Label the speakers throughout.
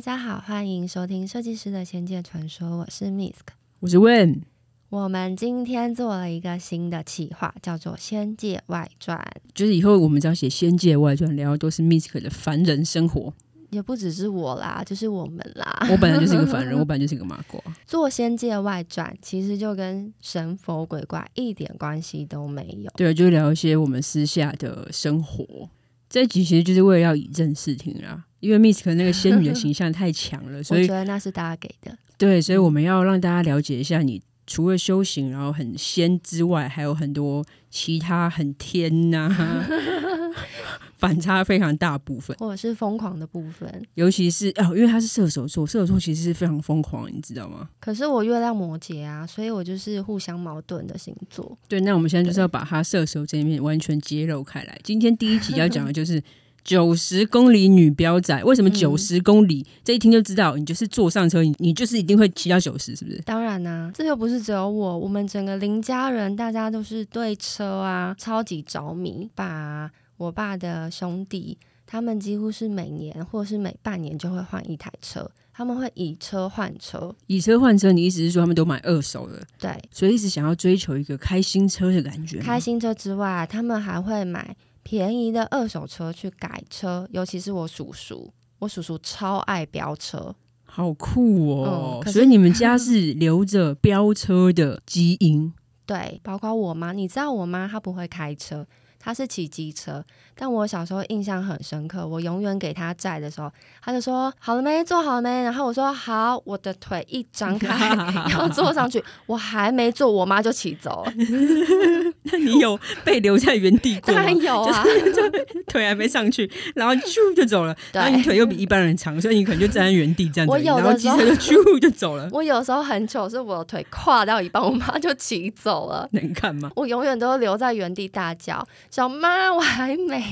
Speaker 1: 家好，欢迎收听《设计师的仙界传说》，我是 Misk。
Speaker 2: 我是 Win，
Speaker 1: 我们今天做了一个新的企划，叫做《仙界外传》，
Speaker 2: 就是以后我们只要写《仙界外传》，聊的都是 Misk 的凡人生活。
Speaker 1: 也不只是我啦，就是我们啦。
Speaker 2: 我本来就是一个凡人，我本来就是一个麻瓜。
Speaker 1: 做《仙界外传》其实就跟神佛鬼怪一点关系都没有。
Speaker 2: 对，啊就聊一些我们私下的生活。这一集其实就是为了要以正视听啦，因为 Misk 那个仙女的形象太强了，
Speaker 1: 我
Speaker 2: 所
Speaker 1: 觉
Speaker 2: 以
Speaker 1: 得那是大家给的。
Speaker 2: 对，所以我们要让大家了解一下，你除了修行然后很仙之外，还有很多其他很天呐、反差非常大部分。
Speaker 1: 或者是疯狂的部分。
Speaker 2: 尤其是哦，因为他是射手座，射手座其实是非常疯狂，你知道吗？
Speaker 1: 可是我月亮摩羯啊，所以我就是互相矛盾的星座。
Speaker 2: 对，那我们现在就是要把他射手这一面完全揭露开来。今天第一集要讲的就是 九十公里女标仔，为什么
Speaker 1: 嗯
Speaker 2: 九十公里？这一听就知道，你就是坐上车，你你就是一定会骑到九十，是不是？
Speaker 1: 当然啦、这又不是只有我，我们整个林家人大家都是对车啊超级着迷，把我爸的兄弟。他们几乎是每年或是每半年就会换一台车，他们会以车换车，
Speaker 2: 以车换车，你意思是说他们都买二手的，
Speaker 1: 对，
Speaker 2: 所以一直想要追求一个开新车的感觉吗？
Speaker 1: 开新车之外，啊他们还会买便宜的二手车去改车，尤其是我叔叔，我叔叔超爱飙车，
Speaker 2: 好酷哦！
Speaker 1: 嗯可是
Speaker 2: 所以你们家是留着飙车的基因。
Speaker 1: 对，包括我妈，你知道我妈她不会开车，她是骑机车。但我小时候印象很深刻，我永远给她载的时候，她就说好了没，坐好了没。然后我说好，我的腿一张开要坐上去，我还没坐，我妈就骑走了。
Speaker 2: 那你有被留在原地过
Speaker 1: 当
Speaker 2: 吗？
Speaker 1: 然有啊，
Speaker 2: 腿还没上去，然后咻就走了。然后你
Speaker 1: 对。
Speaker 2: 腿又比一般人长，所以你可能就站在原地站着，
Speaker 1: 我有
Speaker 2: 然后
Speaker 1: 的
Speaker 2: 机
Speaker 1: 时候
Speaker 2: 车就咻就走了。
Speaker 1: 我有时候很糗，是我的腿跨到一半，我妈就骑走了。
Speaker 2: 能看吗？
Speaker 1: 我永远都留在原地大叫，小妈我还没。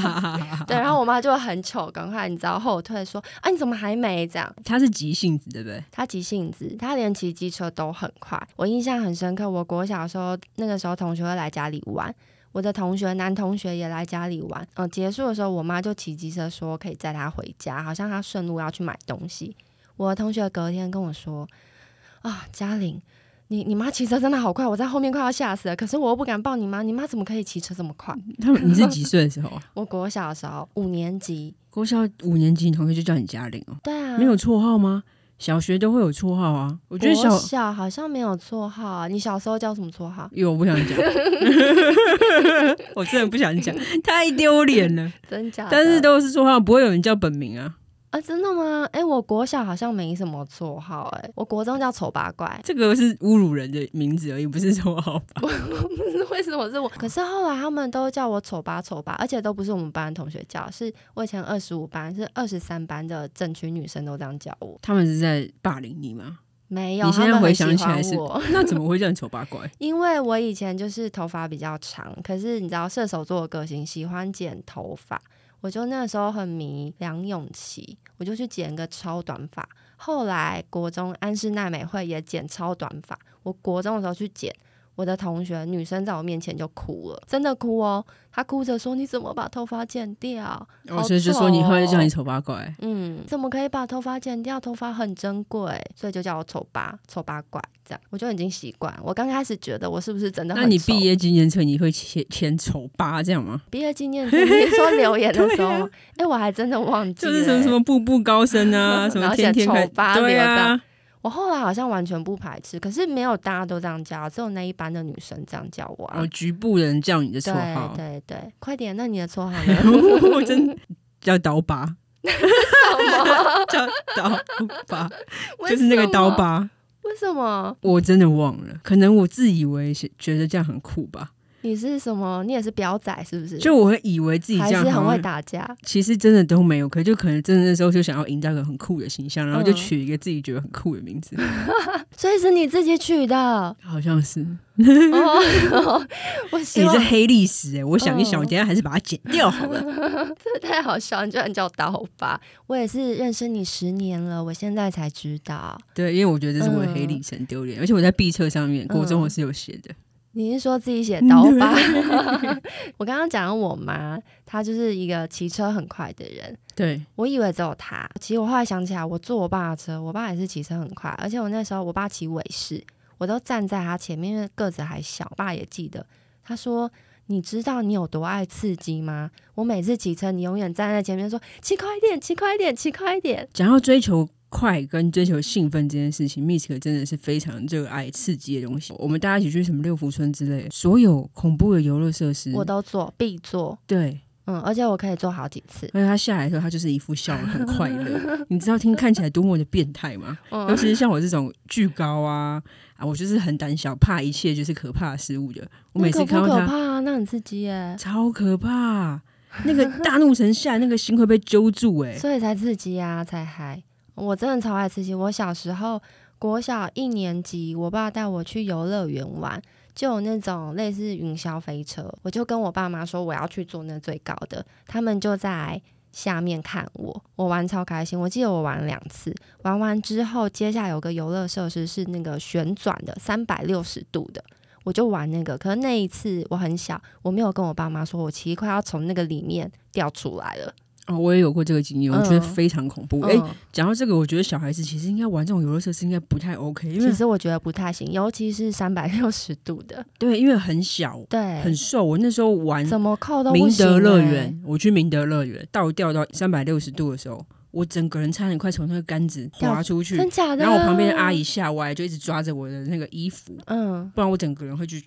Speaker 1: 对，然后我妈就很糗，赶快你知道后退说啊你怎么还没这样？
Speaker 2: 他是急性子，对不对？
Speaker 1: 他急性子，他连骑机车都很快。我印象很深刻，我国小的时候，那个时候同学会来家里玩，我的同学男同学也来家里玩。嗯、结束的时候，我妈就骑机车说可以载他回家，好像他顺路要去买东西。我的同学隔天跟我说：“啊，嘉玲，你你妈骑车真的好快，我在后面快要吓死了。可是我又不敢抱你妈，你妈怎么可以骑车这么快
Speaker 2: 他们你是几岁 的时候啊？？”
Speaker 1: 我国小的时候，五年级，
Speaker 2: 国小五年级，你同学就叫你嘉玲哦，
Speaker 1: 对啊，
Speaker 2: 没有绰号吗？小学都会有绰号啊。我觉得小
Speaker 1: 国小好像没有绰号啊，你小时候叫什么绰号？
Speaker 2: 有我不想 讲，我真的不想讲，太丢脸了。
Speaker 1: 真假的？
Speaker 2: 但是都是绰号，不会有人叫本名啊。
Speaker 1: 啊，真的吗？哎、我国小好像没什么绰号、哎，我国中叫丑八怪，
Speaker 2: 这个是侮辱人的名字而已，不是绰号吧？
Speaker 1: 为什么是我？可是后来他们都叫我丑八丑八，而且都不是我们班的同学叫，是我以前二十五班，是二十三班的整群女生都这样叫我。
Speaker 2: 他们是在霸凌你吗？
Speaker 1: 没有，
Speaker 2: 你现在
Speaker 1: 他们
Speaker 2: 回
Speaker 1: 很喜
Speaker 2: 想起来
Speaker 1: 欢
Speaker 2: 是
Speaker 1: 我，
Speaker 2: 那怎么会叫你丑八怪？
Speaker 1: 因为我以前就是头发比较长，可是你知道射手座的个性喜欢剪头发，我就那时候很迷梁咏琪，我就去剪个超短发。后来国中安室奈美惠也剪超短发，我国中的时候去剪。我的同学女生在我面前就哭了，真的哭哦，她哭着说：“你怎么把头发剪掉？”
Speaker 2: 哦，
Speaker 1: 好
Speaker 2: 所以就
Speaker 1: 丑
Speaker 2: 说你后来
Speaker 1: 哦
Speaker 2: 就叫你丑八怪。
Speaker 1: 嗯，怎么可以把头发剪掉？头发很珍贵，所以就叫我丑八丑八怪这样，我就已经习惯。我刚开始觉得我是不是真的很
Speaker 2: 那你
Speaker 1: 丑
Speaker 2: 毕业纪念册你会签签丑八这样吗？
Speaker 1: 毕业纪念册，你是说留言的时候
Speaker 2: 对啊
Speaker 1: 吗，哎、我还真的忘记
Speaker 2: 就
Speaker 1: 了、
Speaker 2: 是什么什么步步高 升啊，什
Speaker 1: 然
Speaker 2: 么
Speaker 1: 后
Speaker 2: 天天
Speaker 1: 写
Speaker 2: 开
Speaker 1: 丑八
Speaker 2: 对
Speaker 1: 留
Speaker 2: 啊，
Speaker 1: 我后来好像完全不排斥，可是没有大家都这样叫，只有那一班的女生这样叫我、啊
Speaker 2: 哦，。局部人叫你的绰
Speaker 1: 对
Speaker 2: 号，
Speaker 1: 对对，快点，那你的绰号 呢？
Speaker 2: 我真叫刀 疤，叫刀 疤，就是那个刀
Speaker 1: 吧？
Speaker 2: 疤。
Speaker 1: 为什么？
Speaker 2: 我真的忘了，可能我自以为是觉得这样很酷吧，
Speaker 1: 你是什么？你也是表仔是不是？
Speaker 2: 就我会以为自己这
Speaker 1: 还
Speaker 2: 样嗯
Speaker 1: 是很
Speaker 2: 好
Speaker 1: 会
Speaker 2: 像
Speaker 1: 打架？
Speaker 2: 其实真的都没有，可就可能真的那时候就想要营造一个很酷的形象，然后就
Speaker 1: 嗯
Speaker 2: 取一个自己觉得很酷的名字，。
Speaker 1: 所以是你自己取的
Speaker 2: 好像是。
Speaker 1: 哦，我
Speaker 2: 你、
Speaker 1: 希望
Speaker 2: 这黑历史哎、我想一想，
Speaker 1: 嗯
Speaker 2: 我等一下还是把它剪掉好 了。
Speaker 1: 太好笑了，你居然叫刀疤！我也是认识你十年了，我现在才知道。嗯
Speaker 2: 对，因为我觉得这是我的黑历史，很丢脸。而且我在毕册上面，国中我是有写的，
Speaker 1: 你是说自己 写刀疤？我刚刚讲到我妈，她就是一个骑车很快的人，
Speaker 2: 对，
Speaker 1: 我以为只有她。其实我后来想起来，我坐我爸的车，我爸也是骑车很快，而且我那时候我爸骑尾士，我都站在他前面，因为个子还小。我爸也记得，他说：“你知道你有多爱刺激吗？我每次骑车，你永远站在前面说骑快一点，骑快一点，骑快一点。
Speaker 2: 讲到追求快跟追求兴奋这件事情，Misk 真的是非常热爱刺激的东西。我们大家一起去什么六福村之类的，所有恐怖的游乐设施，
Speaker 1: 我都做，必做，
Speaker 2: 对。
Speaker 1: 嗯，而且我可以做好几次。
Speaker 2: 而且他下来的时候，他就是一副笑得很快乐。你知道听看起来多么的变态吗？
Speaker 1: 嗯
Speaker 2: 尤其是像我这种巨高啊啊，我就是很胆小，怕一切就是可怕的事物的。我每次
Speaker 1: 那可
Speaker 2: 看
Speaker 1: 不
Speaker 2: 到
Speaker 1: 可
Speaker 2: 他，
Speaker 1: 怕啊？那很刺激耶，
Speaker 2: 超可怕。那个大怒神下，那个心会被揪住哎、
Speaker 1: 所以才刺激啊，才嗨！我真的超爱刺激。我小时候国小一年级，我爸带我去游乐园玩，就有那种类似云霄飞车，我就跟我爸妈说我要去坐那最高的，他们就在。下面看我，我玩超开心。我记得我玩两次，玩完之后，接下来有个游乐设施是那个旋转的，三百六十度的，我就玩那个。可是那一次我很小，我没有跟我爸妈说，我其实快要从那个里面掉出来了。
Speaker 2: 哦，我也有过这个经验，我觉得
Speaker 1: 嗯
Speaker 2: 非常恐怖。哎、
Speaker 1: 嗯
Speaker 2: 讲到这个，我觉得小孩子其实应该玩这种游乐设施应该不太 OK，因为
Speaker 1: 其实我觉得不太行，尤其是三百六十度的，
Speaker 2: 对，因为很小
Speaker 1: 对，
Speaker 2: 很瘦。我那时候玩
Speaker 1: 怎么扣都不
Speaker 2: 明
Speaker 1: 行、欸
Speaker 2: 德乐园，，我去明德乐园倒吊到三百六十度的时候，我整个人差点快从那个杆子滑出去，
Speaker 1: 真假的？啊
Speaker 2: 然后我旁边的阿姨，吓歪，就一直抓着我的那个衣服，
Speaker 1: 嗯，
Speaker 2: 不然我整个人会去，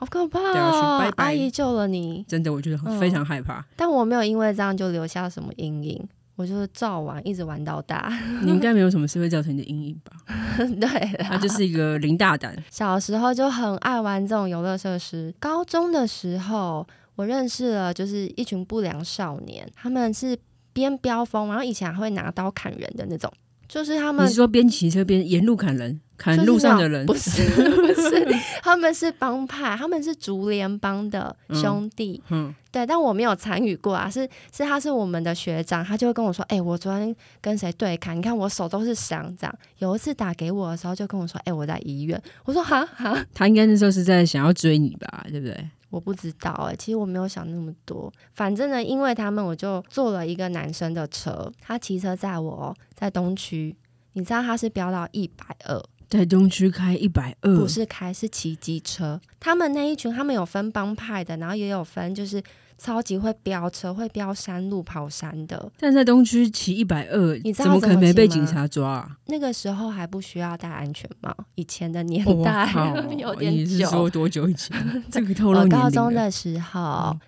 Speaker 1: 好可怕
Speaker 2: 掉下
Speaker 1: 哦！
Speaker 2: 啊去拜拜
Speaker 1: 阿姨救了你，
Speaker 2: 真的我觉得很
Speaker 1: 嗯
Speaker 2: 非常害怕。
Speaker 1: 但我没有因为这样就留下什么阴影，我就是照玩，一直玩到大。
Speaker 2: 你应该没有什么事会造成你的阴影吧？
Speaker 1: 对啦，
Speaker 2: 他就是一个林大胆，
Speaker 1: 小时候就很爱玩这种游乐设施。高中的时候，我认识了就是一群不良少年，他们是边飙风，然后以前还会拿刀砍人的那种，就是他
Speaker 2: 你
Speaker 1: 们
Speaker 2: 是说边骑车边沿路砍人，砍路上的人？
Speaker 1: 就是那种不是不是，他们是帮派，他们是竹联帮的兄弟，
Speaker 2: 嗯，
Speaker 1: 对，但我没有参与过啊，是是他是我们的学长，他就会跟我说，哎、我昨天跟谁对砍，你看我手都是伤，这样。有一次打给我的时候，就跟我说，哎、我在医院，我说哈哈，
Speaker 2: 他应该那时候是在想要追你吧，对不对？
Speaker 1: 我不知道哎、其实我没有想那么多，反正呢，因为他们我就坐了一个男生的车，他骑车载我哦在东区，你知道他是飙到一百二，
Speaker 2: 在东区开一百二，
Speaker 1: 不是开，是骑机车。他们那一群，他们有分帮派的，然后也有分就是超级会飙车、会飙山路、跑山的。
Speaker 2: 但在东区骑一百二，
Speaker 1: 你知道
Speaker 2: 怎么可能没被
Speaker 1: 怎
Speaker 2: 警
Speaker 1: 么骑吗
Speaker 2: 察抓啊？
Speaker 1: 那个时候还不需要戴安全帽，以前的 年
Speaker 2: 哦我
Speaker 1: 代、
Speaker 2: 靠
Speaker 1: 有，
Speaker 2: 你
Speaker 1: 点
Speaker 2: 是说
Speaker 1: 久。
Speaker 2: 多久 以前？这个透露
Speaker 1: 我
Speaker 2: 年龄
Speaker 1: 高中
Speaker 2: 了
Speaker 1: 的时候，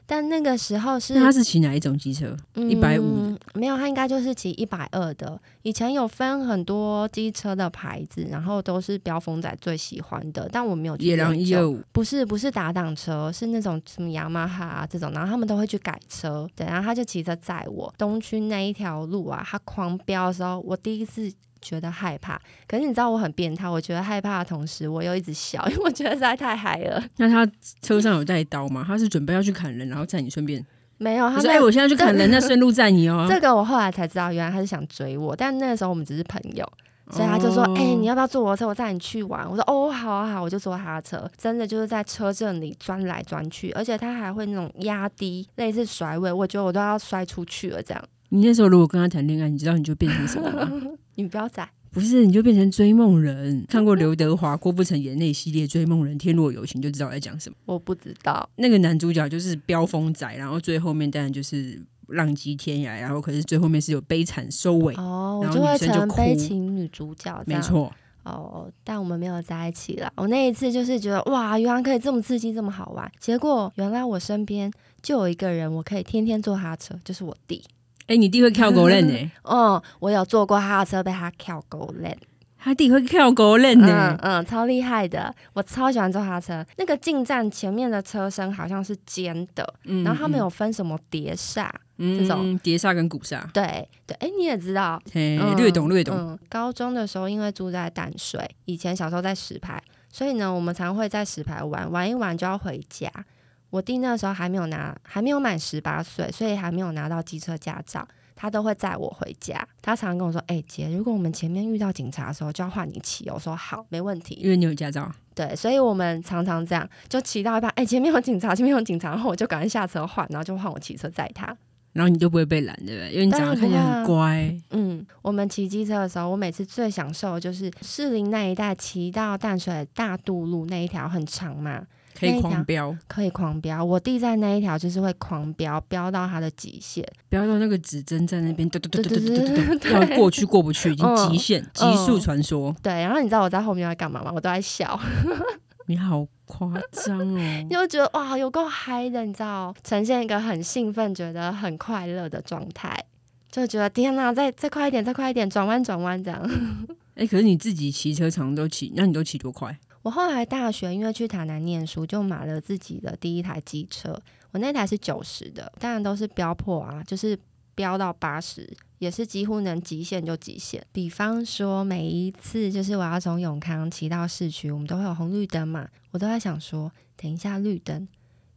Speaker 1: 但那个时候是
Speaker 2: 那他是骑哪一种机车？150
Speaker 1: 嗯没有，他应该就是骑一百二的。以前有分很多机车的牌子，然后都是飙风仔最喜欢的，但我没有去
Speaker 2: 野狼
Speaker 1: 研
Speaker 2: 一
Speaker 1: 究
Speaker 2: 二五，
Speaker 1: 不是不是打挡车，是那种什么雅马哈啊这种，然后他们都会去改车。对，然后他就骑着载我东区那一条路啊，他狂飙的时候，我第一次觉得害怕。可是你知道我很变态，我觉得害怕的同时，我又一直笑，因为我觉得实在太嗨了。
Speaker 2: 那他车上有带刀吗？他是准备要去砍人，然后载你顺便。
Speaker 1: 没有，
Speaker 2: 你
Speaker 1: 他
Speaker 2: 说：“哎、
Speaker 1: 们
Speaker 2: 我现在去砍人，那顺路载你哦。
Speaker 1: 这个我后来才知道，原来他是想追我，但那个时候我们只是朋友。
Speaker 2: 哦”
Speaker 1: 所以他就说：“哎、你要不要坐我的车？我载你去玩。”我说：“哦，好啊，好，我就坐他的车。”真的就是在车阵里钻来钻去，而且他还会那种压低，类似甩尾，我觉得我都要摔出去了。这样，
Speaker 2: 你那时候如果跟他谈恋爱，你知道你就变成什么吗？
Speaker 1: 你不要载。
Speaker 2: 不是，你就变成追梦人。看过刘德华、郭富城演那系列《追梦人》《天若有情》，就知道我在讲什么。
Speaker 1: 我不知道，
Speaker 2: 那个男主角就是飙风仔，然后最后面当然就是浪迹天涯，然后可是最后面是有悲惨收尾。
Speaker 1: 哦，我
Speaker 2: 哎然后
Speaker 1: 就会
Speaker 2: 女生就
Speaker 1: 成
Speaker 2: 哭
Speaker 1: 悲情女主角这
Speaker 2: 没
Speaker 1: 样。
Speaker 2: 错，
Speaker 1: 哦，但我们没有在一起啦。我那一次就是觉得哇，原来可以这么刺激，这么好玩。结果原来我身边就有一个人，我可以天天坐他的车，就是我弟。
Speaker 2: 哎、你弟会跳狗链呢、
Speaker 1: 嗯，我有坐过他的车，被他跳狗链。
Speaker 2: 他弟会跳狗链呢、
Speaker 1: 嗯嗯，超厉害的，我超喜欢坐他的车。那个进站前面的车身好像是尖的，
Speaker 2: 嗯
Speaker 1: 然后他们有分什么碟刹，这种
Speaker 2: 嗯碟刹跟鼓刹，
Speaker 1: 对对，哎，你也知道，
Speaker 2: 嘿，
Speaker 1: 嗯
Speaker 2: 略懂略懂。
Speaker 1: 嗯，高中的时候因为住在淡水，以前小时候在石牌，所以呢，我们常会在石牌玩，玩一玩就要回家。我弟那时候还没有拿，还没有满十八岁，所以还没有拿到机车驾照。他都会载我回家，他常跟我说：“哎、姐，如果我们前面遇到警察的时候，就要换你骑哦。”我说：“好，没问题。”
Speaker 2: 因为你有驾照，
Speaker 1: 对，所以我们常常这样，就骑到一半，哎、前面有警察，前面有警察，然后我就赶快下车换，然后就换我骑车载他。
Speaker 2: 然后你就不会被拦，对不对？因为你长得看起来很乖，
Speaker 1: 嗯，我们骑机车的时候，我每次最享受的就是士林那一带骑到淡水大渡路那一条很长嘛，
Speaker 2: 可以狂飙，
Speaker 1: 可以狂飙。我弟在那一条就是会狂飙，飙到他的极限。
Speaker 2: 飙到那个指针在那边，嘟嘟嘟嘟嘟嘟嘟，要过去过不去，已经极限，极速传说。
Speaker 1: 对，然后你知道我在后面在干嘛吗？我都在笑，
Speaker 2: 你好夸张哦！
Speaker 1: 就觉得哇，有够嗨的，你知道，呈现一个很兴奋、觉得很快乐的状态，就觉得天哪，再再快一点，再快一点，转弯转弯这样。
Speaker 2: 哎，可是你自己骑车常都骑，那你都骑多快？
Speaker 1: 我后来大学因为去台南念书，就买了自己的第一台机车。我那台是九十的，当然都是飙破啊，就是飙到八十，也是几乎能极限就极限。比方说，每一次就是我要从永康骑到市区，我们都会有红绿灯嘛，我都在想说，等一下绿灯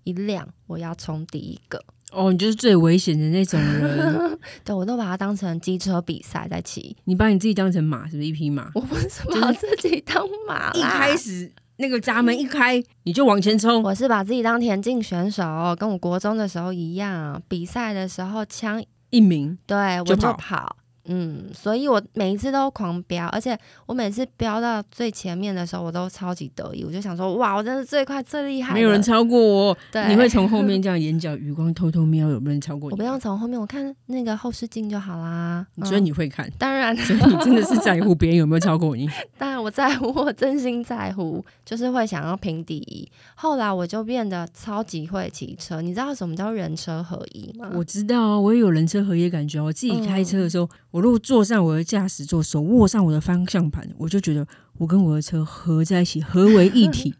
Speaker 1: 一亮，我要冲第一个。
Speaker 2: 哦，你就是最危险的那种人，
Speaker 1: 对我都把它当成机车比赛在骑，
Speaker 2: 你把你自己当成马，是不是一匹马？
Speaker 1: 我不是把自己当马啦。
Speaker 2: 一开始那个闸门一开，你就往前冲。
Speaker 1: 我是把自己当田径选手，跟我国中的时候一样，比赛的时候枪
Speaker 2: 一鸣，
Speaker 1: 对我
Speaker 2: 就
Speaker 1: 就
Speaker 2: 跑
Speaker 1: 跑。嗯，所以我每一次都狂飙，而且我每次飙到最前面的时候，我都超级得意，我就想说，哇，我真的最快最厉害了，
Speaker 2: 没有人超过我，
Speaker 1: 对，
Speaker 2: 你会从后面这样眼角余光偷偷瞄，有没有人超过你？
Speaker 1: 我不用从后面，我看那个后视镜就好啦。
Speaker 2: 所以
Speaker 1: 嗯、
Speaker 2: 你会看，
Speaker 1: 当然，
Speaker 2: 所以你真的是在乎别人有没有超过你。
Speaker 1: 当然我在乎，我真心在乎，就是会想要拼第一。后来我就变得超级会骑车，你知道什么叫人车合一吗？
Speaker 2: 我知道啊，我也有人车合一的感觉啊。我自己开车的时候，我如果坐上我的驾驶座，手握上我的方向盘，我就觉得我跟我的车合在一起，合为一 体。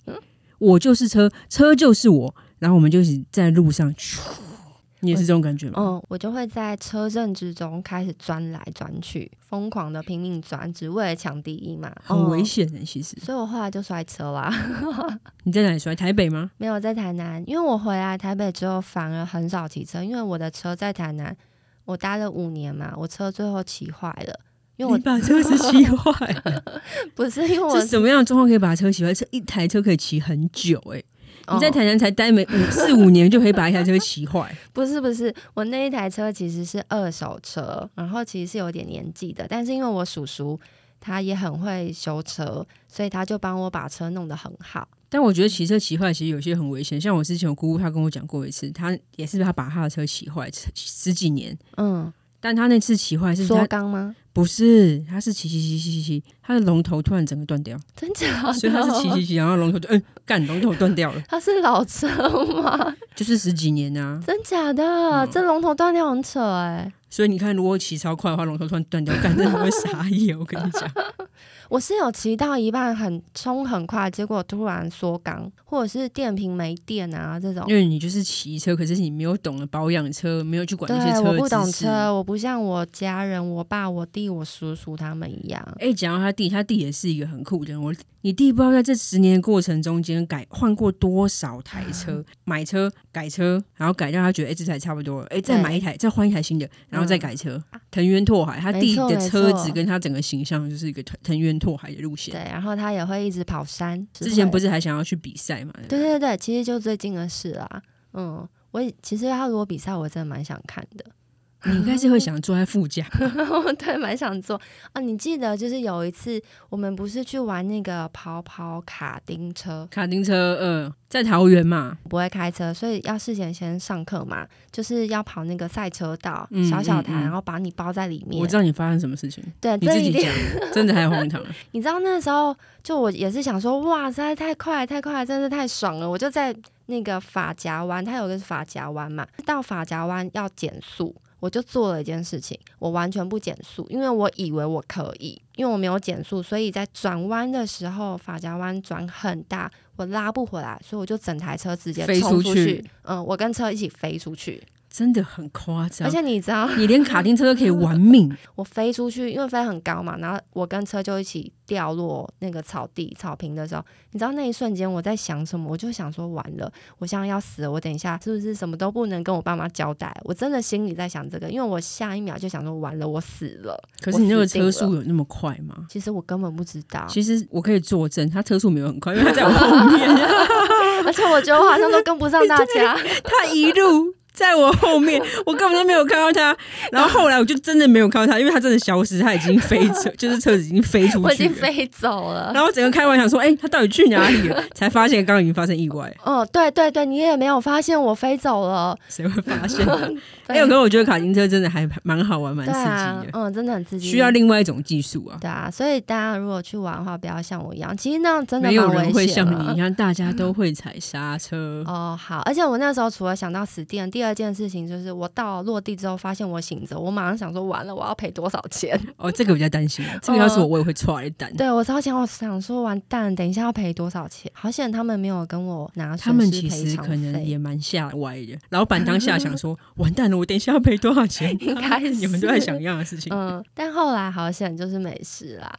Speaker 2: 我就是车，车就是我。然后我们就一起在路上，咻你也是这种感觉吗？
Speaker 1: 嗯，我就会在车阵之中开始钻来钻去，疯狂的拼命钻，只为了抢第一嘛，
Speaker 2: 很危
Speaker 1: 嗯。
Speaker 2: 险的、其实
Speaker 1: 所以我后来就摔车啦，
Speaker 2: 你在哪里摔？台北吗？
Speaker 1: 没有在台南，因为我回来台北之后反而很少骑车，因为我的车在台南我待了五年嘛，我车最后骑坏了，因为我
Speaker 2: 你把车子骑坏 了，
Speaker 1: 不是因为我
Speaker 2: 是什么样的状况可以把车骑坏？这一台车可以骑很久哎、你在
Speaker 1: 哦
Speaker 2: 台南才待没五四五年就可以把一台车骑坏，
Speaker 1: 不是不是，我那一台车其实是二手车，然后其实是有点年纪的，但是因为我叔叔他也很会修车，所以他就帮我把车弄得很好。
Speaker 2: 但我觉得骑车骑坏其实有些很危险，像我之前我姑姑她跟我讲过一次，她也是她把她的车骑坏十十几年，
Speaker 1: 嗯，
Speaker 2: 但她那次骑坏是
Speaker 1: 缩
Speaker 2: 她
Speaker 1: 缸吗？
Speaker 2: 不是，她是骑骑骑骑骑骑，她的龙头突然整个断掉，
Speaker 1: 真假的？
Speaker 2: 所以她是骑骑骑，然后龙头就嗯干龙头断掉了，
Speaker 1: 它是老车吗？
Speaker 2: 就是十几年啊。
Speaker 1: 真假的？
Speaker 2: 嗯
Speaker 1: 这龙头断掉很扯哎、
Speaker 2: 所以你看，如果骑超快的话，龙头突然断掉，干真的会傻眼。我跟你讲，
Speaker 1: 我是有骑到一半很冲很快，结果突然缩缸，或者是电瓶没电啊这种
Speaker 2: 因。为你就是骑车，可是你没有懂得保养车，没有去管那些
Speaker 1: 对，
Speaker 2: 车
Speaker 1: 我
Speaker 2: 的
Speaker 1: 不懂
Speaker 2: 知识
Speaker 1: 车，我不像我家人、我爸、我弟、我叔叔他们一样。
Speaker 2: 哎、讲到他弟，他弟也是一个很酷的人。我，你弟不知道在这十年的过程中间改换过多少台
Speaker 1: 嗯
Speaker 2: 车，买车、改车，然后改到他觉得哎、这台差不多了，哎、再
Speaker 1: 对
Speaker 2: 买一台，再换一台新的，然后再
Speaker 1: 嗯
Speaker 2: 改车，藤原拓海。他
Speaker 1: 没
Speaker 2: 弟
Speaker 1: 错
Speaker 2: 的
Speaker 1: 没
Speaker 2: 车
Speaker 1: 错
Speaker 2: 子跟他整个形象就是一个藤藤原拓海的路线。
Speaker 1: 对，然后他也会一直跑山。
Speaker 2: 之前不
Speaker 1: 是？
Speaker 2: 是还想要去比赛嘛？对不对
Speaker 1: 对对对，其实就最近的事啦。嗯，我也其实他如果比赛，我真的蛮想看的。
Speaker 2: 你应该是会想坐在 副驾，
Speaker 1: 对，蛮想做啊！你记得就是有一次，我们不是去玩那个跑跑卡丁车，
Speaker 2: 卡丁车，呃，在桃园嘛，
Speaker 1: 不会开车，所以要事先先上课嘛，就是要跑那个赛车道，
Speaker 2: 嗯
Speaker 1: 小小台，
Speaker 2: 嗯嗯
Speaker 1: 然后把你包在里面。
Speaker 2: 我知道你发生什么事情，
Speaker 1: 对，
Speaker 2: 你
Speaker 1: 这
Speaker 2: 自
Speaker 1: 一
Speaker 2: 己
Speaker 1: 定
Speaker 2: 讲，真的太荒唐了。
Speaker 1: 你知道那时候就我也是想说，哇，实在太快了太快了，真是太爽了！我就在那个法夹湾，它有个是法夹湾嘛，到法夹湾要减速，我就做了一件事情，我完全不减速，因为我以为我可以，因为我没有减速，所以在转弯的时候，法夹湾转很大，我拉不回来，所以我就整台车直接
Speaker 2: 飞
Speaker 1: 冲
Speaker 2: 出去
Speaker 1: 去嗯，我跟车一起飞出去。
Speaker 2: 真的很夸张
Speaker 1: 而。且你知道，
Speaker 2: 你连卡丁车都可以玩命，
Speaker 1: 我飞出去，因为飞很高嘛，然后我跟车就一起掉落那个草地草坪的时候，你知道那一瞬间我在想什么？我就想说，完了，我现在要死了，我等一下是不是什么都不能跟我爸妈交代？我真的心里在想这个，因为我下一秒就想说，完了，我死了。
Speaker 2: 可是你那
Speaker 1: 我
Speaker 2: 个
Speaker 1: 死定了啊
Speaker 2: 车速有那么快吗？
Speaker 1: 其实我根本不知道，
Speaker 2: 其实我可以作证，他车速没有很快，因为他在我后 面，啊
Speaker 1: 而且我觉得我好像都跟不上大家。
Speaker 2: 他一路在我后面，我根本就没有看到他。然后后来我就真的没有看到他，因为他真的消失，他已经飞 车，就是车子已经飞出去了，
Speaker 1: 我已经飞走了。
Speaker 2: 然后我整个开完想说，哎、他到底去哪里了？才发现刚刚已经发生意 外，
Speaker 1: 嗯，对对对，你也没有发现我飞走了。
Speaker 2: 谁会发现呢？哎、
Speaker 1: 对
Speaker 2: 可是我觉得卡丁车真的还蛮好玩，蛮
Speaker 1: 对
Speaker 2: 刺
Speaker 1: 啊
Speaker 2: 激，的，
Speaker 1: 嗯，真的很刺激。
Speaker 2: 需要另外一种技术啊。
Speaker 1: 对啊，所以大家如果去玩的话，不要像我一样。其实那样真的
Speaker 2: 没有人
Speaker 1: 蛮
Speaker 2: 会
Speaker 1: 危险
Speaker 2: 像
Speaker 1: 的。嗯
Speaker 2: 你一样，大家都会踩刹车。
Speaker 1: 哦，好，而且我那时候除了想到死店，第二件事情就是我到落地之后发现我醒着，我马上想说完了，我要赔多少钱？
Speaker 2: 哦，这个比较担心，这个要是我，我也会踹一单。
Speaker 1: 哦对我超想，我想说完蛋，等一下要赔多少钱？好险他们没有跟我拿
Speaker 2: 他
Speaker 1: 损
Speaker 2: 们
Speaker 1: 失
Speaker 2: 其
Speaker 1: 赔
Speaker 2: 实
Speaker 1: 偿
Speaker 2: 可能
Speaker 1: 费，
Speaker 2: 也蛮吓歪的，老板当下想 说：“完蛋了，我等一下要赔多少钱？”
Speaker 1: 应该是
Speaker 2: 你们都在想一样的事情。
Speaker 1: 嗯，但后来好险就是没事啦。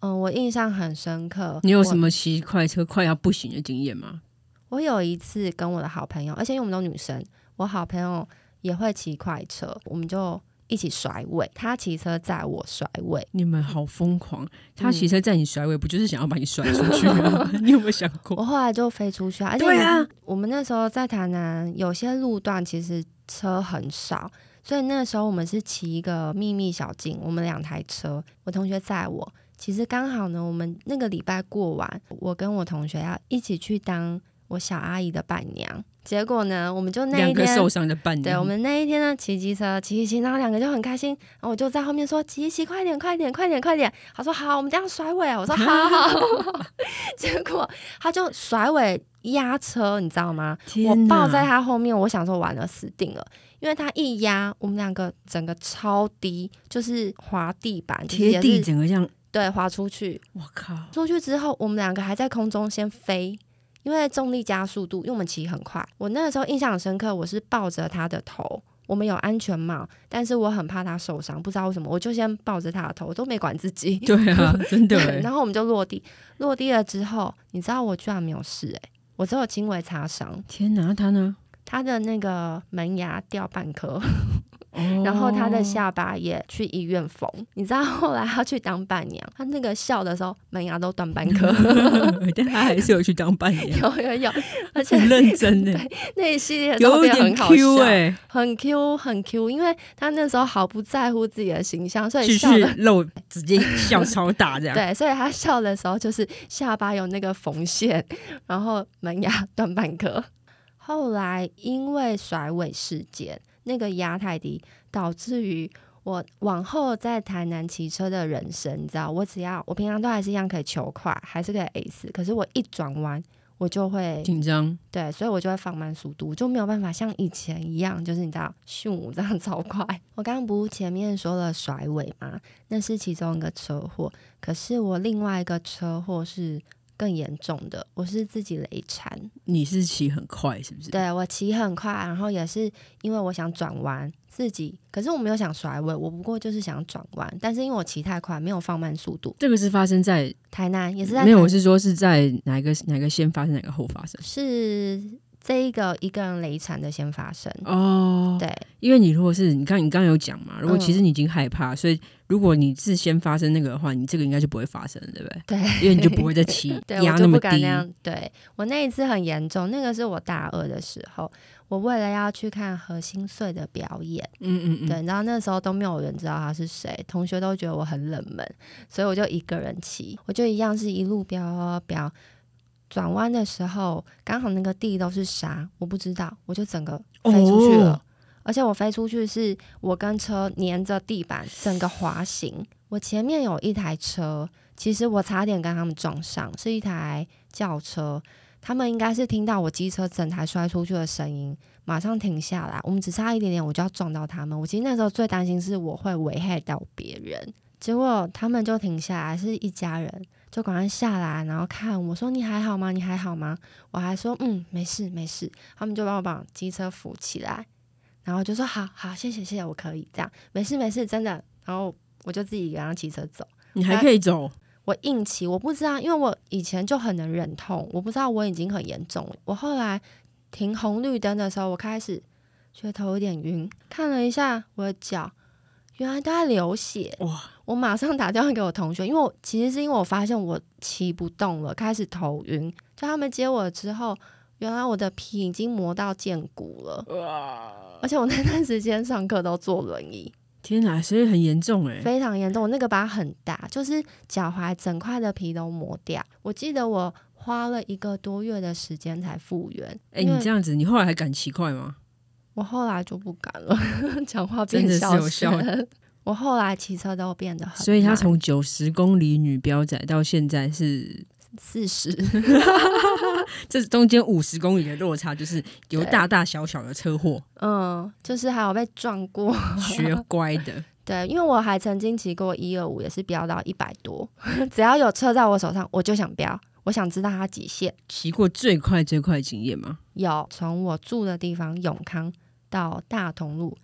Speaker 1: 嗯，我印象很深刻。
Speaker 2: 你有
Speaker 1: 我
Speaker 2: 什么骑快车快要不行的经验吗？
Speaker 1: 我有一次跟我的好朋友，而且因为我们都女生，我好朋友也会骑快车，我们就一起甩尾，他骑车载我甩尾。
Speaker 2: 你们好疯狂！他
Speaker 1: 嗯
Speaker 2: 骑车载你甩尾，不就是想要把你甩出 去吗？你有没有想过？
Speaker 1: 我后来就飞出去啊，而且
Speaker 2: 对啊
Speaker 1: 我们那时候在台南有些路段其实车很少，所以那时候我们是骑一个秘密小径，我们两台车，我同学载我。其实刚好呢，我们那个礼拜过完，我跟我同学要一起去当我小阿姨的伴娘。结果呢，我们就那
Speaker 2: 两
Speaker 1: 一
Speaker 2: 个
Speaker 1: 天
Speaker 2: 受伤的伴娘，
Speaker 1: 对我们那一天呢，骑机车骑一骑，然后两个就很开心，然后我就在后面说骑一骑，快点快点快点快点。他说好，我们这样甩尾啊。我说 好 结果他就甩尾压车，你知道吗？我
Speaker 2: 天哪
Speaker 1: 抱在他后面，我想说完了死定了，因为他一压，我们两个整个超低，就是滑地板，其实
Speaker 2: 贴
Speaker 1: 也
Speaker 2: 地，
Speaker 1: 是
Speaker 2: 整个这样，
Speaker 1: 对滑出去。
Speaker 2: 我 靠！
Speaker 1: 出去之后，我们两个还在空中先飞，因为重力加速度，因为我们骑很快。我那个时候印象很深刻，我是抱着他的头，我们有安全帽，但是我很怕他受伤，不知道为什么，我就先抱着他的头，我都没管自己。
Speaker 2: 对啊，真的 欸
Speaker 1: 然后我们就落地，落地了之后，你知道我居然没有事诶、我只有轻微擦伤，
Speaker 2: 天哪，那他呢？
Speaker 1: 他的那个门牙掉半颗，
Speaker 2: 哦
Speaker 1: 然后他的下巴也去医院缝。你知道后来他去当伴娘，他那个笑的时候门牙都断半 颗。
Speaker 2: 但他还是有去当伴娘，
Speaker 1: 有有有，而且
Speaker 2: 很认真呢，
Speaker 1: 那一系列的照
Speaker 2: 有一
Speaker 1: 片
Speaker 2: 点
Speaker 1: 很好笑
Speaker 2: Q，哎，
Speaker 1: 很 Q 很 Q，因为他那时候毫不在乎自己的形象，所以
Speaker 2: 继续
Speaker 1: 笑 的
Speaker 2: 露，直接 笑超大这样。
Speaker 1: 对，所以他笑的时候就是下巴有那个缝线，然后门牙断半颗。后来因为甩尾事件，那个压太低，导致于我往后在台南骑车的人生，你知道，我只要我平常都还是一样可以求快，还是可以 A 四，可是我一转弯，我就会
Speaker 2: 紧张，
Speaker 1: 对，所以我就会放慢速度，就没有办法像以前一样，就是你知道咻这样超快。我刚刚不是前面说了甩尾嘛，那是其中一个车祸，可是我另外一个车祸是更严重的，我是自己雷残。
Speaker 2: 你是骑很快是不是？
Speaker 1: 对我骑很快，然后也是因为我想转弯，自己可是我没有想甩尾，我不过就是想转弯，但是因为我骑太快，没有放慢速度。
Speaker 2: 这个是发生在
Speaker 1: 台南也是在
Speaker 2: 没有，
Speaker 1: 台
Speaker 2: 我是说是在哪一个哪个先发生，哪个后发生？
Speaker 1: 是这一个一个人累残的先发生。嗯
Speaker 2: 哦，
Speaker 1: 对，
Speaker 2: 因为你如果是你刚你刚刚有讲嘛，如果其
Speaker 1: 嗯
Speaker 2: 实你已经害怕，所以如果你是先发生那个的话，你这个应该就不会发生了，对不对？
Speaker 1: 对，
Speaker 2: 因为你就不会再起
Speaker 1: 对
Speaker 2: 压
Speaker 1: 我
Speaker 2: 那
Speaker 1: 就
Speaker 2: 么
Speaker 1: 不敢
Speaker 2: 低
Speaker 1: 那样。对我那一次很严重，那个是我大二的时候，我为了要去看何心碎的表演，
Speaker 2: 嗯嗯
Speaker 1: 对，然后那时候都没有人知道他是谁，同学都觉得我很冷门，所以我就一个人骑，我就一样是一路飙飙飙。转弯的时候，刚好那个地都是沙，我不知道，我就整个飞出去了。
Speaker 2: 哦
Speaker 1: 而且我飞出去是我跟车粘着地板，整个滑行。我前面有一台车，其实我差点跟他们撞上，是一台轿车。他们应该是听到我机车整台摔出去的声音，马上停下来。我们只差一点点，我就要撞到他们。我其实那时候最担心是我会危害到别人，结果他们就停下来，是一家人，就赶快下来，然后看我说：“你还好吗？你还好吗？”我还说：“嗯，没事，没事。”他们就帮我把机车扶起来，然后就说：“好好，谢谢，谢谢，我可以这样，没事，没事，真的。”然后我就自己一个人骑车走。
Speaker 2: 你还可以走，
Speaker 1: 我硬骑，我不知道，因为我以前就很能忍痛，我不知道我已经很严重了。我后来停红绿灯的时候，我开始觉得头有点晕，看了一下我的脚，原来都在流血。
Speaker 2: 哇！
Speaker 1: 我马上打电话给我同学，因为我其实是因为我发现我骑不动了，开始头晕。就他们接我之后，原来我的皮已经磨到腱骨了，而且我那段时间上课都坐轮椅。
Speaker 2: 天哪，所以很严重哎、
Speaker 1: 非常严重，我那个疤很大，就是脚踝整块的皮都磨掉。我记得我花了一个多月的时间才复原。
Speaker 2: 哎、
Speaker 1: 因
Speaker 2: 你
Speaker 1: 为
Speaker 2: 这样子，你后来还敢骑快吗？
Speaker 1: 我后来就不敢了， 讲话变
Speaker 2: 真的是
Speaker 1: 小
Speaker 2: 有效
Speaker 1: 声。我后来骑车都变得很慢，
Speaker 2: 所以他从九十公里女标仔到现在是，
Speaker 1: 四十，
Speaker 2: 这中间五十公里的落差，就是有
Speaker 1: 对
Speaker 2: 大大小小的车祸，
Speaker 1: 嗯，就是还有被撞过，
Speaker 2: 学乖 的。
Speaker 1: 对，因为我还曾经骑过一二五，也是飙到一百多， 只要有车在我手上，我就想飙，我想知道它极限。
Speaker 2: 骑过最快最快的经验吗？
Speaker 1: 有从我住的地方永康到大同路，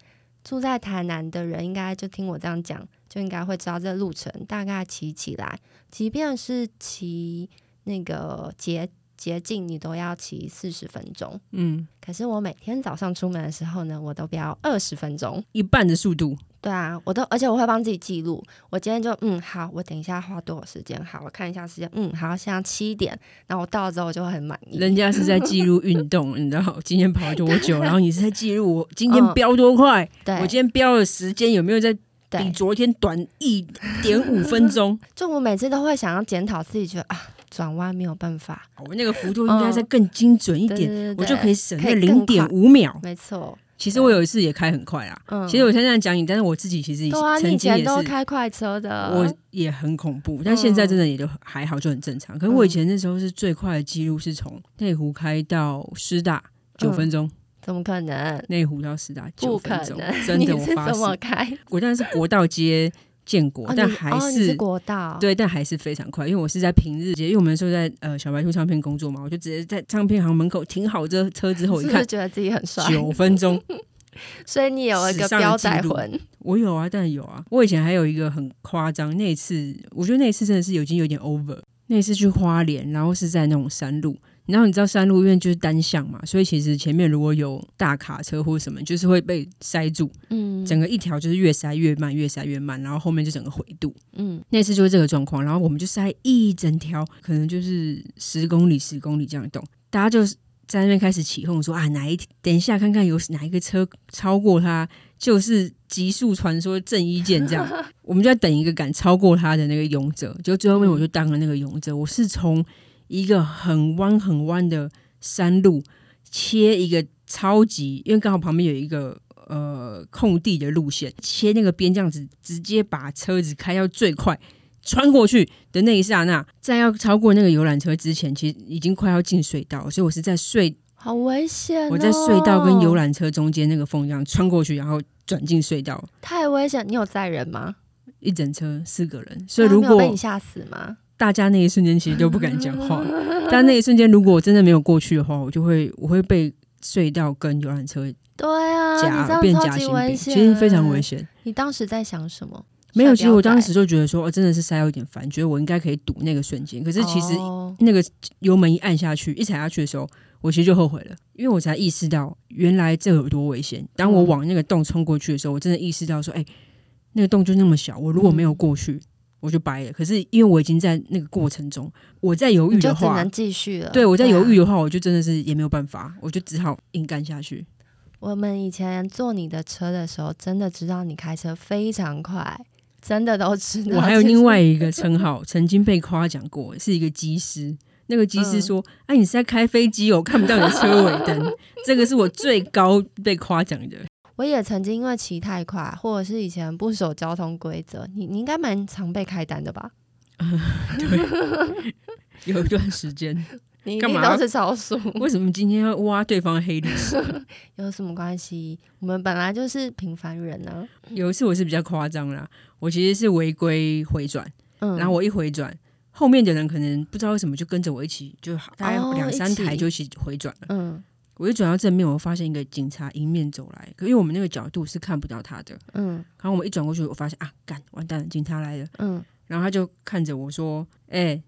Speaker 1: 住在台南的人应该就听我这样讲，就应该会知道这路程大概骑起来，即便是骑那个捷捷径，你都要骑四十分钟。
Speaker 2: 嗯，
Speaker 1: 可是我每天早上出门的时候呢，我都飙二十分钟。
Speaker 2: 一半的速度。
Speaker 1: 对啊，我都，而且我会帮自己记录。我今天就嗯好，我等一下花多少时间？好，我看一下时间，嗯好，现在七点，然后我到了之后我就会很满意。
Speaker 2: 人家是在记录运动， 你知道今天跑多久，然后你是在记录我今天
Speaker 1: 嗯
Speaker 2: 飙多快，
Speaker 1: 对，
Speaker 2: 我今天飙的时间有没有在
Speaker 1: 对
Speaker 2: 比昨天短一点五分钟？
Speaker 1: 就我每次都会想要检讨自己，觉得啊，转弯没有办法，
Speaker 2: 哦我那个幅度应该再更精准一
Speaker 1: 一
Speaker 2: 点，
Speaker 1: 嗯对对
Speaker 2: 我就可
Speaker 1: 以，
Speaker 2: 以省
Speaker 1: 可
Speaker 2: 那
Speaker 1: 以
Speaker 2: 零
Speaker 1: 更快
Speaker 2: 点五秒。
Speaker 1: 没错，
Speaker 2: 其实我有一次也开很快啊，
Speaker 1: 嗯，
Speaker 2: 其实我现在讲你，但是我自己其实以
Speaker 1: 对啊，你
Speaker 2: 曾
Speaker 1: 以
Speaker 2: 经也
Speaker 1: 前
Speaker 2: 是
Speaker 1: 都，开快车的，
Speaker 2: 我也很恐怖，但现在真的也就还好，就很正
Speaker 1: 嗯
Speaker 2: 常。可是我以前那时候是最快的记录是从内湖开到师大九分钟，
Speaker 1: 怎么可能？
Speaker 2: 内湖到师大九
Speaker 1: 嗯不可
Speaker 2: 分钟
Speaker 1: 能，，
Speaker 2: 真
Speaker 1: 你
Speaker 2: 的我
Speaker 1: 是
Speaker 2: 发
Speaker 1: 怎么
Speaker 2: 誓，
Speaker 1: 开？
Speaker 2: 我当然是国道街建国
Speaker 1: 哦，，
Speaker 2: 但
Speaker 1: 你
Speaker 2: 还
Speaker 1: 哦你是国道，，
Speaker 2: 对，但还是非常快，因为我是在平日节，因为我们说在呃小白兔唱片工作嘛，我就直接在唱片行门口停好这车之后，一
Speaker 1: 是不是
Speaker 2: 看
Speaker 1: 觉得自己很帅？
Speaker 2: 九分钟，
Speaker 1: 所以你有一个
Speaker 2: 史上的
Speaker 1: 标仔
Speaker 2: 记录
Speaker 1: 魂，
Speaker 2: 我有啊，当然有啊。我以前还有一个很夸张，那一次我觉得那一次真的是有已经有点 over。那一次去花莲，然后是在那种山路，然后你知道山路因为就是单向嘛，所以其实前面如果有大卡车或什么，就是会被塞住，
Speaker 1: 嗯，
Speaker 2: 整个一条就是越塞越慢，越塞越慢，然后后面就整个回堵。
Speaker 1: 嗯，
Speaker 2: 那次就是这个状况，然后我们就塞一整条，可能就是十公里、十公里这样动，大家就是在那边开始起哄说啊，哪一等一下看看有哪一个车超过他，就是极速传说郑伊健 这样，我们就在等一个敢超过他的那个勇者，就最后面我就当了那个勇者，我是从一个很弯很弯的山路切一个超级，因为刚好旁边有一个呃空地的路线，切那个边这样子，直接把车子开到最快。穿过去的那一刹那，在要超过那个游览车之前，其实已经快要进隧道了，所以我是在隧
Speaker 1: 好危险、哦，哦
Speaker 2: 我在隧道跟游览车中间那个缝这样穿过去，然后转进隧道，
Speaker 1: 太危险，你有载人吗？
Speaker 2: 一整车四个人。所以
Speaker 1: 他
Speaker 2: 如
Speaker 1: 没有
Speaker 2: 果
Speaker 1: 被你吓死吗？
Speaker 2: 大家那一瞬间其实都不敢讲 话，但那一瞬间如果我真的没有过去的话，我就会我会被隧道跟游览车
Speaker 1: 对啊，你这
Speaker 2: 夹变
Speaker 1: 样超
Speaker 2: 夹
Speaker 1: 级
Speaker 2: 心
Speaker 1: 危
Speaker 2: 饼，
Speaker 1: 险，
Speaker 2: 其实非常危。险。
Speaker 1: 你当时在想什么？
Speaker 2: 没有，
Speaker 1: 帅
Speaker 2: 其实我
Speaker 1: 标仔
Speaker 2: 当时就觉得说，哦，真的是塞有点烦，觉得我应该可以堵那个瞬间。可是其实
Speaker 1: 哦
Speaker 2: 那个油门一按下去，一踩下去的时候，我其实就后悔了，因为我才意识到原来这有多危险。当我
Speaker 1: 嗯
Speaker 2: 往那个洞冲过去的时候，我真的意识到说，哎、那个洞就那么小，我如果没有过去，我就掰了。可是因为我已经在那个过程中，我在犹豫
Speaker 1: 你就
Speaker 2: 的
Speaker 1: 只
Speaker 2: 话
Speaker 1: 能，继续了。
Speaker 2: 对我在
Speaker 1: 啊
Speaker 2: 犹豫的话，我就真的是也没有办法，我就只好硬干下去。
Speaker 1: 我们以前坐你的车的时候，真的知道你开车非常快，真的都知道。
Speaker 2: 我还 有
Speaker 1: 就是
Speaker 2: 另外一个称号，曾经被夸奖过，是一个机师。那个机师
Speaker 1: 嗯
Speaker 2: 说：“哎、你是在开飞机哦，看不到你的车尾灯。”这个是我最高被夸奖的。
Speaker 1: 我也曾经因为骑太快，或者是以前不守交通规则，你你应该蛮常被开单的吧？
Speaker 2: 有一段时间，
Speaker 1: 你一
Speaker 2: 干
Speaker 1: 定
Speaker 2: 嘛
Speaker 1: 都是超速，
Speaker 2: 为什么今天要挖对方的黑历史？
Speaker 1: 有什么关系？我们本来就是平凡人啊呢、
Speaker 2: 有一次我是比较夸张啦，我其实是违规回转，
Speaker 1: 嗯，
Speaker 2: 然后我一回转，后面的人可能不知道为什么就跟着我一起，就大概
Speaker 1: 哦
Speaker 2: 两三
Speaker 1: 一起
Speaker 2: 台就一起回转了。
Speaker 1: 嗯
Speaker 2: 我一转到正面，我发现一个警察迎面走来，可因为我们那个角度是看不到他的，
Speaker 1: 嗯
Speaker 2: 然后我们一转过去，我发现啊，干完蛋了，警察来了。
Speaker 1: 嗯，
Speaker 2: 然后他就看着我说：“哎、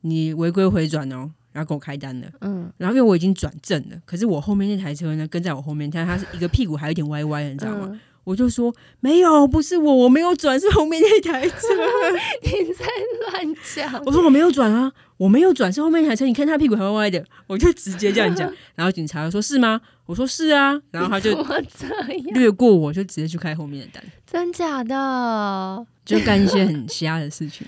Speaker 2: 你违规回转哦。”然后给我开单了。
Speaker 1: 嗯，
Speaker 2: 然后因为我已经转正了，可是我后面那台车呢跟在我后面，但他是一个屁股还有点歪歪的，你知道吗？
Speaker 1: 嗯？
Speaker 2: 我就说没有，不是我，我没有转，是后面那台车。
Speaker 1: 你在乱讲
Speaker 2: 我。说我没有转啊，我没有转，是后面那台车。你看他屁股还歪歪的，我就直接这样讲。然后警察就说是吗？我说是啊。 然后他
Speaker 1: 怎
Speaker 2: 就
Speaker 1: 么这样？
Speaker 2: 略过我，就直接去开后面的单，
Speaker 1: 真假的？
Speaker 2: 就干一些很瞎的事情。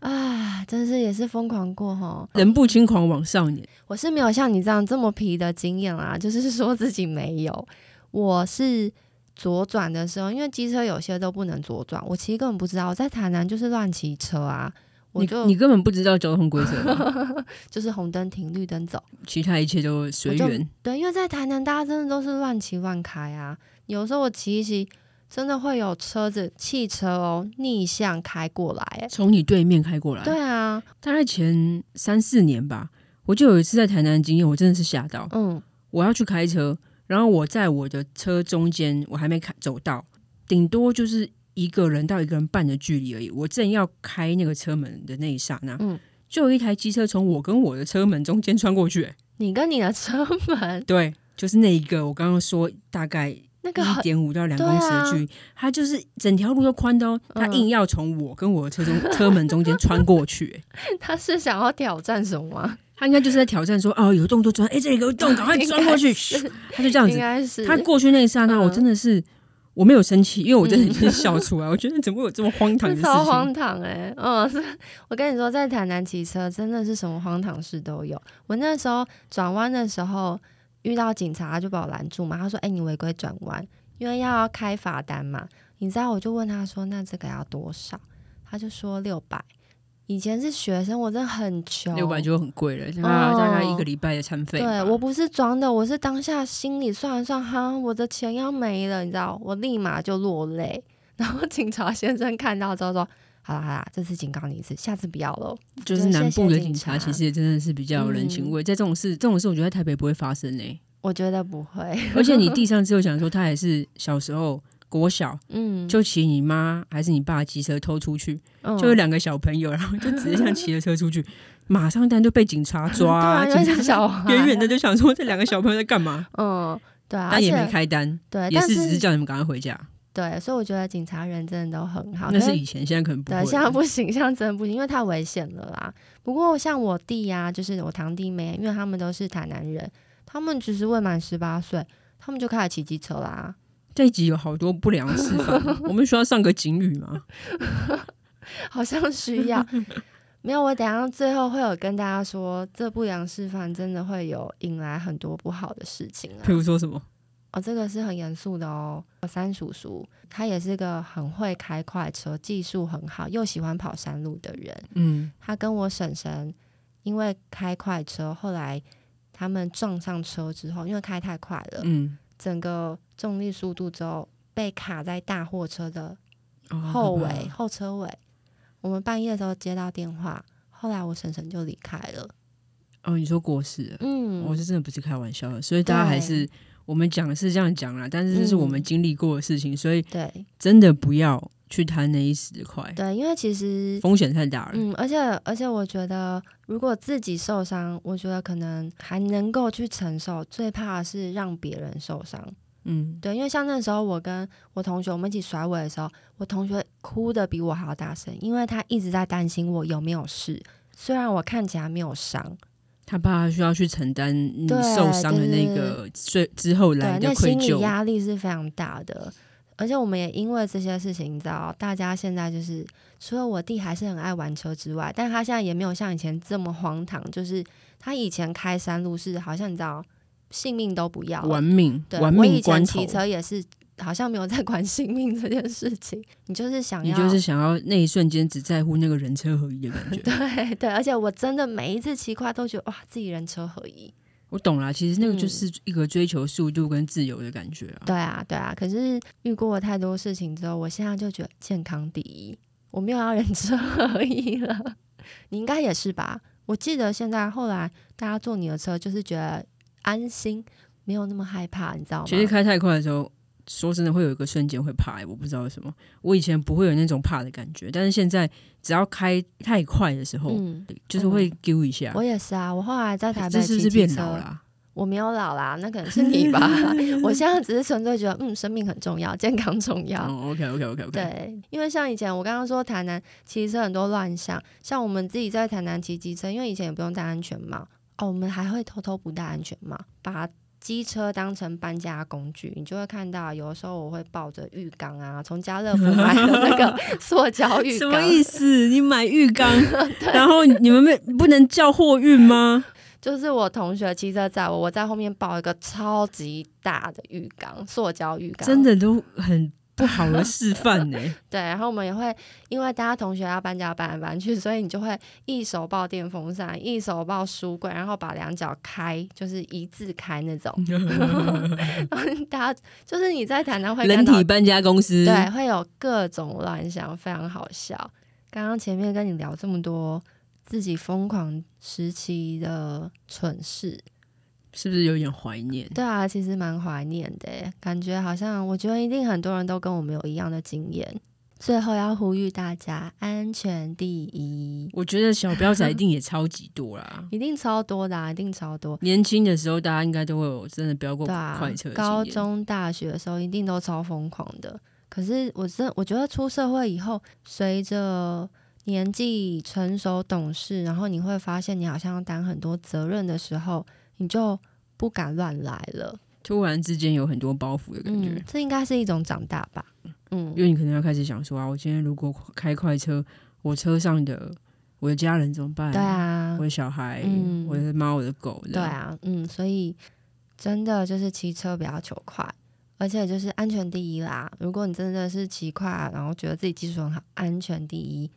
Speaker 1: 啊，真是也是疯狂过吼！
Speaker 2: 人不轻狂枉少年。
Speaker 1: 我是没有像你这样这么皮的经验啦，就是 说自己没有。我是左转的时候，因为机车有些都不能左转，我其实根本不知道。我在台南就是乱骑车啊，我
Speaker 2: 你
Speaker 1: 就
Speaker 2: 你根本不知道交通规 则吧，
Speaker 1: 就是红灯停，绿灯走。
Speaker 2: 其他一切都随缘。
Speaker 1: 对，因为在台南大家真的都是乱骑乱开啊，有时候我骑一骑，真的会有车子、汽车哦逆向开过来、欸。
Speaker 2: 从你对面开过来，
Speaker 1: 对啊，
Speaker 2: 大概前三四年吧，我就有一次在台南的经验，我真的是吓到。
Speaker 1: 嗯
Speaker 2: 我要去开车，然后我在我的车中间，我还没开走到，顶多就是一个人到一个人半的距离而已。我正要开那个车门的那一刹那，
Speaker 1: 嗯，
Speaker 2: 就有一台机车从我跟我的车门中间穿过去、欸
Speaker 1: 你跟你的 车门
Speaker 2: 对，就是那一个我刚刚说大概
Speaker 1: 那个
Speaker 2: 一
Speaker 1: 很啊
Speaker 2: 点五到两公尺的距离，它就是整条路都宽的哦，它
Speaker 1: 嗯
Speaker 2: 硬要从我跟我的车中 车门中间穿过去、欸
Speaker 1: 他是想要挑战什么啊？
Speaker 2: 他应该就是在挑战说，哦，有洞就钻，哎、这里有洞，赶快钻 过去。他就这样
Speaker 1: 应
Speaker 2: 子，
Speaker 1: 该是
Speaker 2: 他过去那一刹那，
Speaker 1: 嗯
Speaker 2: 我真的是我没有生气，因为我真的已 经笑出来。我觉得怎么会有这么荒唐的
Speaker 1: 这
Speaker 2: 事
Speaker 1: 超
Speaker 2: 情？
Speaker 1: 荒唐哎、嗯， 是我跟你说，在台南骑车真的是什么荒唐事都有。我那时候转弯的时候遇到警察就把我拦住嘛，他说：“哎、你违规转弯，因为要开罚单嘛。”你知道，我就问他说：“那这个要多少？”他就说六百。以前是学生，我真的很穷，
Speaker 2: 六百就很贵了，大概大概一个礼拜的餐费吧。
Speaker 1: 哦对我不是装的，我是当下心里算一算，哈，我的钱要没了，你知道，我立马就落泪。 然后警察先生看到之后说：“好啦好啦，这次警告你一次，下次不要喽。
Speaker 2: 就是南部的警
Speaker 1: 谢谢警
Speaker 2: 察
Speaker 1: 察嗯
Speaker 2: 其实也真的是比较有人情味，在这种事这种事，我觉得在台北不会发生呢、”
Speaker 1: 我觉得不会，
Speaker 2: 而且你弟上次有讲说，他也是小时候国小
Speaker 1: 嗯，
Speaker 2: 就骑你妈还是你爸的机车偷出去，
Speaker 1: 嗯
Speaker 2: 就有两个小朋友，然后就直接这样骑着车出去，马上当然就被警察抓、
Speaker 1: 对啊，
Speaker 2: 警
Speaker 1: 因为是
Speaker 2: 察
Speaker 1: 小孩，
Speaker 2: 远远的，就想说这两个小朋友在干嘛，
Speaker 1: 嗯，对啊，而
Speaker 2: 但也没
Speaker 1: 且
Speaker 2: 开单，
Speaker 1: 对，
Speaker 2: 也
Speaker 1: 但
Speaker 2: 是只是叫你们赶快回家。
Speaker 1: 对，所以我觉得警察人真的都很好，
Speaker 2: 那
Speaker 1: 可
Speaker 2: 是以前，现在可能不会
Speaker 1: 对，
Speaker 2: 了。
Speaker 1: 现在不行，现在真的不行，因为太危险了啦。不过像我弟呀、就是我堂弟妹，因为他们都是台南人，他们只是未满十八岁，他们就开始骑机车啦。
Speaker 2: 这一集有好多不良示范， 我们需要上个警语吗？
Speaker 1: 好像需 要。没有，我等一下最后会有跟大家说，这不良示范真的会有引来很多不好的事情啊
Speaker 2: 譬。如说什么？
Speaker 1: 哦，这个是很严肃的哦。我三叔叔他也是个很会开快车、技术很好又喜欢跑山路的人。
Speaker 2: 嗯，
Speaker 1: 他跟我婶婶因为开快车，后来他们撞上车之后，因为开太快了，
Speaker 2: 嗯，
Speaker 1: 整个重力速度之后被卡在大货车的后
Speaker 2: 哦好
Speaker 1: 尾
Speaker 2: 吧
Speaker 1: 后车尾。我们半夜的时候接到电话，后来我婶婶就离开了。
Speaker 2: 哦，你说过世了，
Speaker 1: 嗯
Speaker 2: 我是真的不是开玩笑的，所以大家还是。我们讲是这样讲啦，但是这是我
Speaker 1: 嗯
Speaker 2: 们经历过的事情，所以
Speaker 1: 对
Speaker 2: 真的不要去贪那一时的快，
Speaker 1: 对，因为其实
Speaker 2: 风险太大了。
Speaker 1: 嗯，而且而且，我觉得如果自己受伤，我觉得可能还能够去承受，最怕的是让别人受伤。
Speaker 2: 嗯，
Speaker 1: 对，因为像那时候我跟我同学我们一起甩尾的时候，我同学哭的比我还要大声，因为他一直在担心我有没有事。虽然我看起来没有伤，
Speaker 2: 他怕他需要去承担你
Speaker 1: 对
Speaker 2: 受伤的那
Speaker 1: 对对
Speaker 2: 个最之后来
Speaker 1: 对，
Speaker 2: 的
Speaker 1: 那
Speaker 2: 愧
Speaker 1: 心理
Speaker 2: 疚。
Speaker 1: 压力是非常大的。而且我们也因为这些事情，你知道，大家现在就是除了我弟还是很爱玩车之外，但他现在也没有像以前这么荒唐。就是他以前开山路是好像你知道，性命都不要了，
Speaker 2: 玩命，
Speaker 1: 对，
Speaker 2: 玩
Speaker 1: 我
Speaker 2: 命
Speaker 1: 以
Speaker 2: 关
Speaker 1: 前
Speaker 2: 头
Speaker 1: 骑，车也是，好像没有在 管性命这件事情，你就是想
Speaker 2: 你
Speaker 1: 要，
Speaker 2: 就是想要那一瞬间只在乎那个人车合一的感觉。
Speaker 1: 对对，而且我真的每一次骑快都觉得哇，自己人车合一。
Speaker 2: 我懂啦，其实那个就
Speaker 1: 嗯
Speaker 2: 是一个追求速度跟自由的感觉啊。
Speaker 1: 对啊，对啊。可是遇过太多事情之后，我现在就觉得健康第一，我没有要人车 合一了。你应该也是吧？我记得现在后来大家坐你的车，就是觉得安心，没有那么害怕，你知道吗？
Speaker 2: 其实开太快的时候，说真的会有一个瞬间会怕、我不知道为什么。我以前不会有那种怕的感觉，但是现在只要开太快的时候，
Speaker 1: 嗯，
Speaker 2: 就是会丢一下。
Speaker 1: 我也是啊。我后来在台
Speaker 2: 这
Speaker 1: 北
Speaker 2: 是
Speaker 1: 骑
Speaker 2: 不是
Speaker 1: 机
Speaker 2: 变
Speaker 1: 车，
Speaker 2: 老啊啦、
Speaker 1: 我没有老啦，那可能是你 吧。我现在只是纯粹觉得，嗯，生命很重要，健康重要。
Speaker 2: 哦，OK OK OK OK。
Speaker 1: 对，因为像以前我刚刚说台南骑车很多乱象，像我们自己在台南骑机车，因为以前也不用戴安全帽哦，我们还会偷偷不戴安全帽，把机车当成搬家工具。你就会看到，有的时候我会抱着浴缸啊，从家乐福买的那 个塑胶浴
Speaker 2: 什
Speaker 1: 缸，
Speaker 2: 么意思？你买 浴缸，然后你们没不能叫货运吗？
Speaker 1: 就是我同学骑车载我，我在后面抱一个超级大的浴缸，塑胶浴缸，
Speaker 2: 真的都很不好的示范呢、
Speaker 1: 对，然后我们也会因为大家同学要搬家搬来搬去，所以你就会一手抱电风扇，一手抱书柜，然后把两脚开，就是一字开那 种。然后大家就是你在台南 会
Speaker 2: 人
Speaker 1: 看到
Speaker 2: 体搬家公司，
Speaker 1: 对，会有各种乱象，非常好笑。刚刚前面跟你聊这么多自己疯狂时期的蠢事，
Speaker 2: 是不是有点怀念？
Speaker 1: 对啊，其实蛮怀念的耶，感觉好像我觉得一定很多人都跟我们有一样的经验。最后要呼吁大家，安全第一，
Speaker 2: 我觉得小彪仔一定也超级多啦。
Speaker 1: 一定超多的、啊，一定超多。
Speaker 2: 年轻的时候，大家应该都会有真的飙过
Speaker 1: 对啊
Speaker 2: 快车、，
Speaker 1: 高，中、大学的时候一定都超疯狂的。可是我真我觉得出社会以后，随着年纪成熟懂事，然后你会发现你好像要担很多责任的时候，你就不敢乱来了。
Speaker 2: 突然之间有很多包袱的感觉。
Speaker 1: 嗯，这应该是一种长大吧。嗯
Speaker 2: 因，为你可能要开始想说啊，我今天如果开快车，我车上的我的家人怎么办？
Speaker 1: 对，啊
Speaker 2: 我，的小孩、
Speaker 1: 嗯
Speaker 2: 我的猫、我的狗，
Speaker 1: 对，啊，嗯，所以真的就是骑车不要求快，而且就是安全第一啦。如果你真的是骑快，然后觉得自己技术很好，安全第一。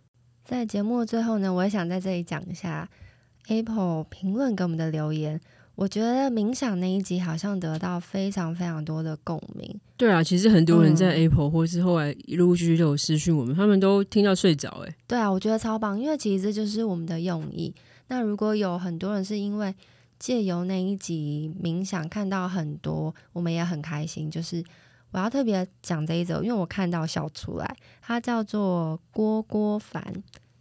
Speaker 1: 在节目的最后呢，我也想在这里讲一下 Apple 评论给我们的留言。我觉得冥想那一集好像得到非常非常多的共鸣，
Speaker 2: 对啊，其实很多人
Speaker 1: 嗯
Speaker 2: 在 Apple 或是后来陆陆续续都有私讯我们，他们都听到睡着、欸，哎，
Speaker 1: 对啊，我觉得超棒，因为其实这就是我们的用意。那如果有很多人是因为借由那一集冥想看到很多，我们也很开心。就是我要特别讲这一则，因为我看到笑出来。他叫做郭郭凡，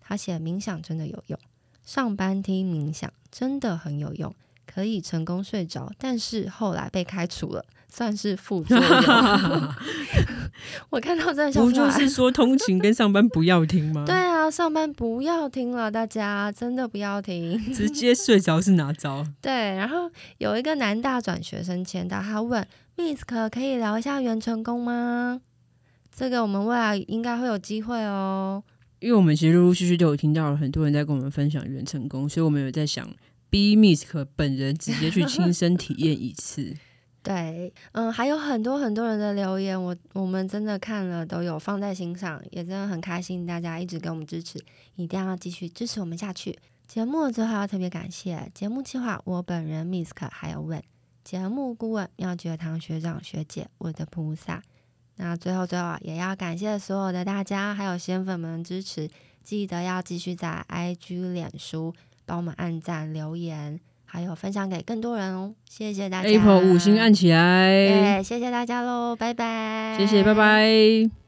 Speaker 1: 他写冥想真的有用，上班听冥想真的很有用，可以成功睡着，但是后来被开除了，算是副 作用。我看到真的笑
Speaker 2: 不
Speaker 1: 出来，
Speaker 2: 就是说通勤跟上班不要听吗？
Speaker 1: 对，啊，上班不要听了，大家真的不要听。
Speaker 2: 直接睡着是哪招？
Speaker 1: 对，然后有一个南大转学生签到，他问 Miss 可可以聊一下袁成功吗？这个我们未来应该会有机会哦。
Speaker 2: 因为我们其实陆陆续续都有听到很多人在跟我们分享原成功，所以我们有在想逼 Misk 本人直接去亲身体验一次。
Speaker 1: 对，嗯，还有很多很多人的留言，我我们真的看了都有放在心上，也真的很开心，大家一直给我们支持，一定要继续支持我们下去。节目的最后要特别感谢节目计划我本人 Misk 还有问节目顾问妙觉堂学长学姐我的菩萨。那最后最后啊也要感谢所有的大家还有仙粉们的支持，记得要继续在 IG、脸书帮我们按赞留言。还有分享给更多人哦。谢 谢大家
Speaker 2: Apple 五星按起来，
Speaker 1: 对，谢谢大家喽，拜拜，
Speaker 2: 谢谢，拜拜。